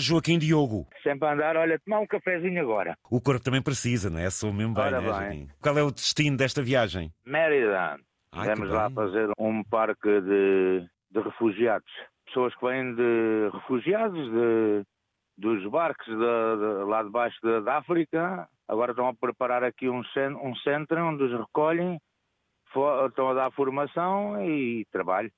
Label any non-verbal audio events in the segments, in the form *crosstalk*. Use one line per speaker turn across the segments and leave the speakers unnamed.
Joaquim Diogo.
Sempre a andar, olha, tomar um cafezinho agora.
O corpo também precisa, não é? Sou mesmo bem, não
Ora
é,
bem.
Joaquim? Qual é o destino desta viagem?
Mérida.
Ah, que
Vamos lá
bem.
fazer um parque de, de refugiados. Pessoas que vêm de refugiados de- dos barcos de- de- lá debaixo da, da África. Agora estão a preparar aqui um, cen- um centro onde os recolhem, fo- estão a dar formação e trabalho.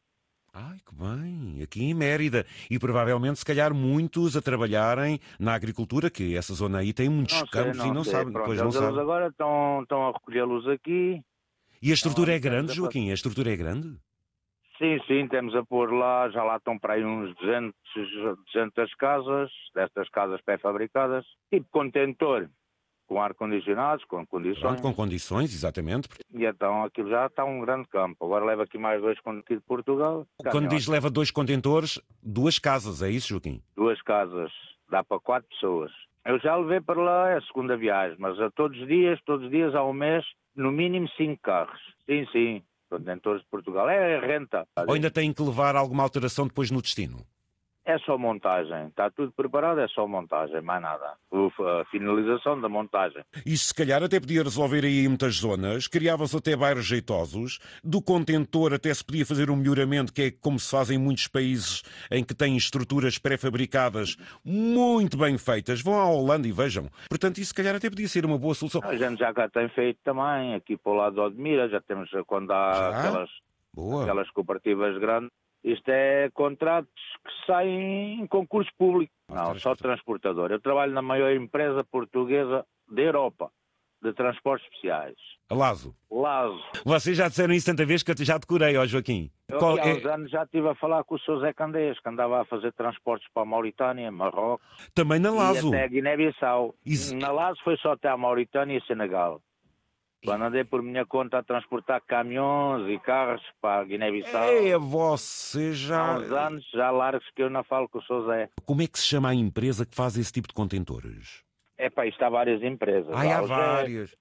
Ai, que bem, aqui em Mérida. E provavelmente, se calhar, muitos a trabalharem na agricultura, que essa zona aí tem muitos campos e não
sei.
sabem,
Pronto,
pois não
eles
sabem.
agora estão, estão a recolhê-los aqui.
E a estrutura
Não,
é grande,
estamos a-
Joaquim? A estrutura é grande?
Sim, sim, temos a pôr lá, já lá estão para aí uns 200, 200 casas, destas casas pré-fabricadas, tipo contentor, com ar-condicionados, com condições,
Pronto, com condições, exatamente.
e então aquilo já está um grande campo. Agora leva aqui mais dois con- aqui de Portugal,
Quando
Caminhões,
diz leva dois contentores, duas casas, é isso, Joaquim?
duas casas, dá para quatro pessoas. Eu já levei para lá é a segunda viagem, mas a todos os dias, todos os dias, ao mês, no mínimo cinco carros. Sim, sim, contentores de Portugal, é renta.
Ou ainda têm que levar alguma alteração depois no destino?
É só montagem. Está tudo preparado, é só montagem, mais nada. Ufa, a finalização da montagem.
Isso se calhar até podia resolver aí muitas zonas, criavam-se até bairros jeitosos, do contentor até se podia fazer um melhoramento, que é como se faz em muitos países em que têm estruturas pré-fabricadas muito bem feitas. Vão à Holanda e vejam. Portanto, isso se calhar até podia ser uma boa solução.
A gente já cá tem feito também, aqui para o lado de Odmira, já temos eh, quando há
Já?
aquelas,
Boa.
aquelas cooperativas grandes. Isto é contratos que saem em concurso público.
Ah,
Não, só transportador. Eu trabalho na maior empresa portuguesa da Europa, de transportes especiais.
Alazo,
Lazo.
vocês já disseram isso tanta vez que eu já decorei, ó Joaquim.
Eu
Qual
aqui há uns
é-
anos já estive a falar com o Sr. Zé Candeias, que andava a fazer transportes para a Mauritânia, Marrocos.
Também na Lazo.
E até a Guiné-Bissau.
Isso-
Na Lazo foi só até a Mauritânia e Senegal. Quando andei por minha conta a transportar caminhões e carros para a Guiné-Bissau,
É, você
há
já.
uns anos já largos que eu não falo com o Sr. Zé.
Como é que se chama a empresa que faz esse tipo de contentores?
É para isto há várias empresas.
Ai, há
o Zé,
várias.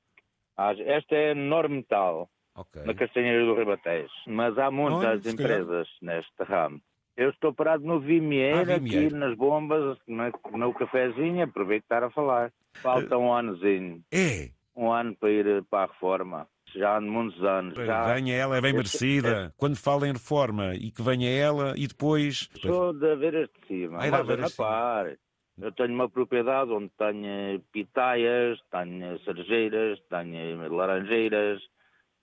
há- Esta é Normetal,
Ok.
na Castanheira do Ribatejo. Mas há
Olha,
muitas
se calhar.
empresas neste ramo. Eu estou parado no Vimieira,
Ah, Vimieira.
aqui nas bombas, na- no cafezinho, aproveito para estar a falar.
Eh,
Falta um anozinho.
É.
um ano para ir para a reforma. Já há muitos anos. Já
Venha ela, é bem merecida. Quando fala em reforma e que venha ela e depois.
sou de Aveiras de Cima.
Ai, de
mas,
Aveiras de Cima.
rapaz, eu tenho uma propriedade onde tenho pitaias, tenho cerejeiras, tenho laranjeiras,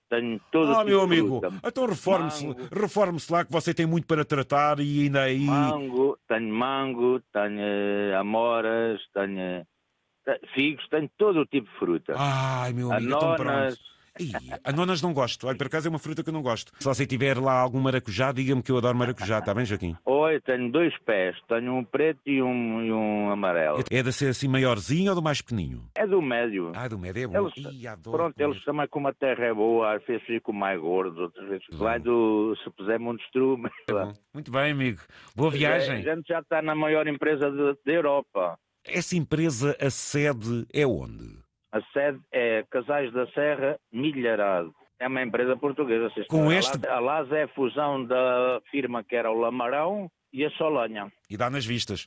tenho todo
Ah,
tipo
meu
de
amigo,
fruta.
então reforme-se
Mango.
reforme-se lá que você tem muito para tratar e ainda aí.
Mango, tenho mango, tenho amoras, tenho te- figos, tenho todo o tipo de fruta.
Ai, Ah, meu amigo, então
Anonas,
pronto. Ih, anonas não gosto. Olha, por acaso é uma fruta que eu não gosto. Se você tiver lá algum maracujá, diga-me que eu adoro maracujá, está bem,
*laughs*
Joaquim?
oi, tenho dois pés, tenho um preto e um, e um amarelo.
É de ser assim maiorzinho ou do mais pequenino?
É do médio.
Ah, do médio é bom.
Eles-
Ih, adoro
Pronto,
comer.
eles também, como a terra é boa, às vezes ficam mais gordos, outras vezes
Bom.
vai do, se puser muito *laughs* estrume.
Bom, Muito bem, amigo. Boa
A
viagem.
gente já está na maior empresa de- da Europa.
Essa empresa, a sede é onde?
A sede é Casais da Serra Milharado. É uma empresa portuguesa. vocês
Com
sabem.
este-
A LAS é a fusão da firma que era o Lamarão e a Solanha.
E dá nas vistas.